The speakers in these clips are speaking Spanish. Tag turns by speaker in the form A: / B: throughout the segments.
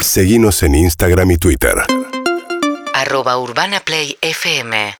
A: Seguimos en Instagram y Twitter.
B: Arroba Urbana Play FM.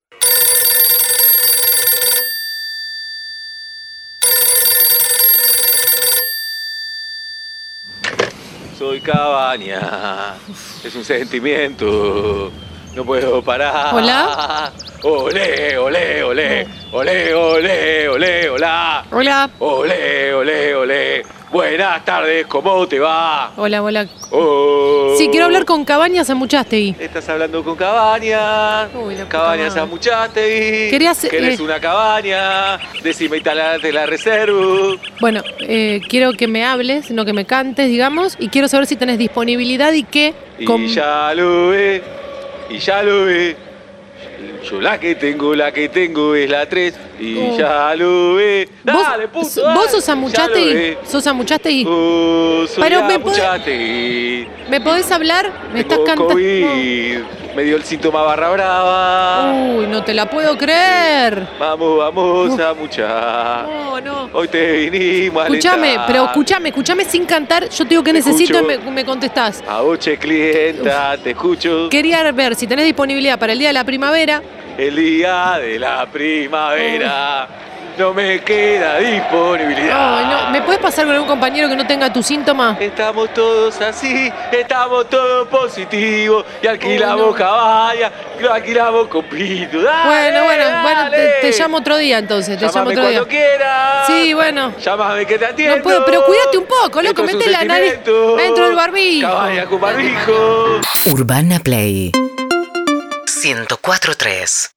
C: Soy cabaña. Es un sentimiento. No puedo parar.
D: Hola.
C: Ole, ole, ole. Ole, ole, ole, hola.
D: Hola.
C: Ole, ole, ole. Buenas tardes, ¿cómo te va?
D: Hola, hola.
C: Oh.
D: Sí, quiero hablar con Cabañas Amuchastegui.
C: Estás hablando con Cabañas.
D: Uy, la puta
C: Cabañas
D: madre.
C: a Muchate.
D: Querías,
C: Querés
D: eh,
C: una cabaña. Decime y de la reserva.
D: Bueno, eh, quiero que me hables, no que me cantes, digamos, y quiero saber si tenés disponibilidad y qué.
C: Y
D: com-
C: ya lo ve. Y ya lo ve. Yo la que tengo, la que tengo es la 3. Y
D: Oh.
C: ya lo ve.
D: ¿Vos,
C: Dale, puto.
D: ¿Vos
C: dale.
D: sos
C: Ya lo
D: Amuchastegui?
C: ve.
D: ¿Sos Amuchastegui?
C: Oh, soy
D: Pero me puede-
C: Amuchastegui.
D: ¿Me podés hablar? ¿Me estás
C: Tengo
D: cantando?
C: COVID. Me dio el síntoma barra brava.
D: Uy, no te la puedo creer.
C: Vamos, vamos a mucha.
D: No, no.
C: Hoy te vinimos a
D: Escúchame,
C: alentar.
D: pero escúchame, escúchame sin cantar. Yo te digo que
C: Te
D: necesito y me,
C: escucho.
D: me contestás.
C: A oche clienta, te escucho.
D: Quería ver si tenés disponibilidad para el día de la primavera.
C: El día de la primavera. No me queda disponibilidad.
D: Ay, no. ¿Me podés pasar con algún compañero que no tenga tu síntoma?
C: Estamos todos así, estamos todos positivos y alquilamos
D: Uy, no.
C: cabaña, lo alquilamos con pito.
D: Bueno, bueno, bueno, te, te llamo otro día entonces, te
C: Llámame
D: llamo
C: cuando
D: otro día.
C: quieras.
D: Sí, bueno.
C: Llámame que te atiendo.
D: No puedo, pero cuídate un poco, loco,
C: Esto es un
D: mete la nariz
C: sentimiento.
D: dentro del barbijo.
C: Cabaña con barbijo.
B: Urbana Play 1043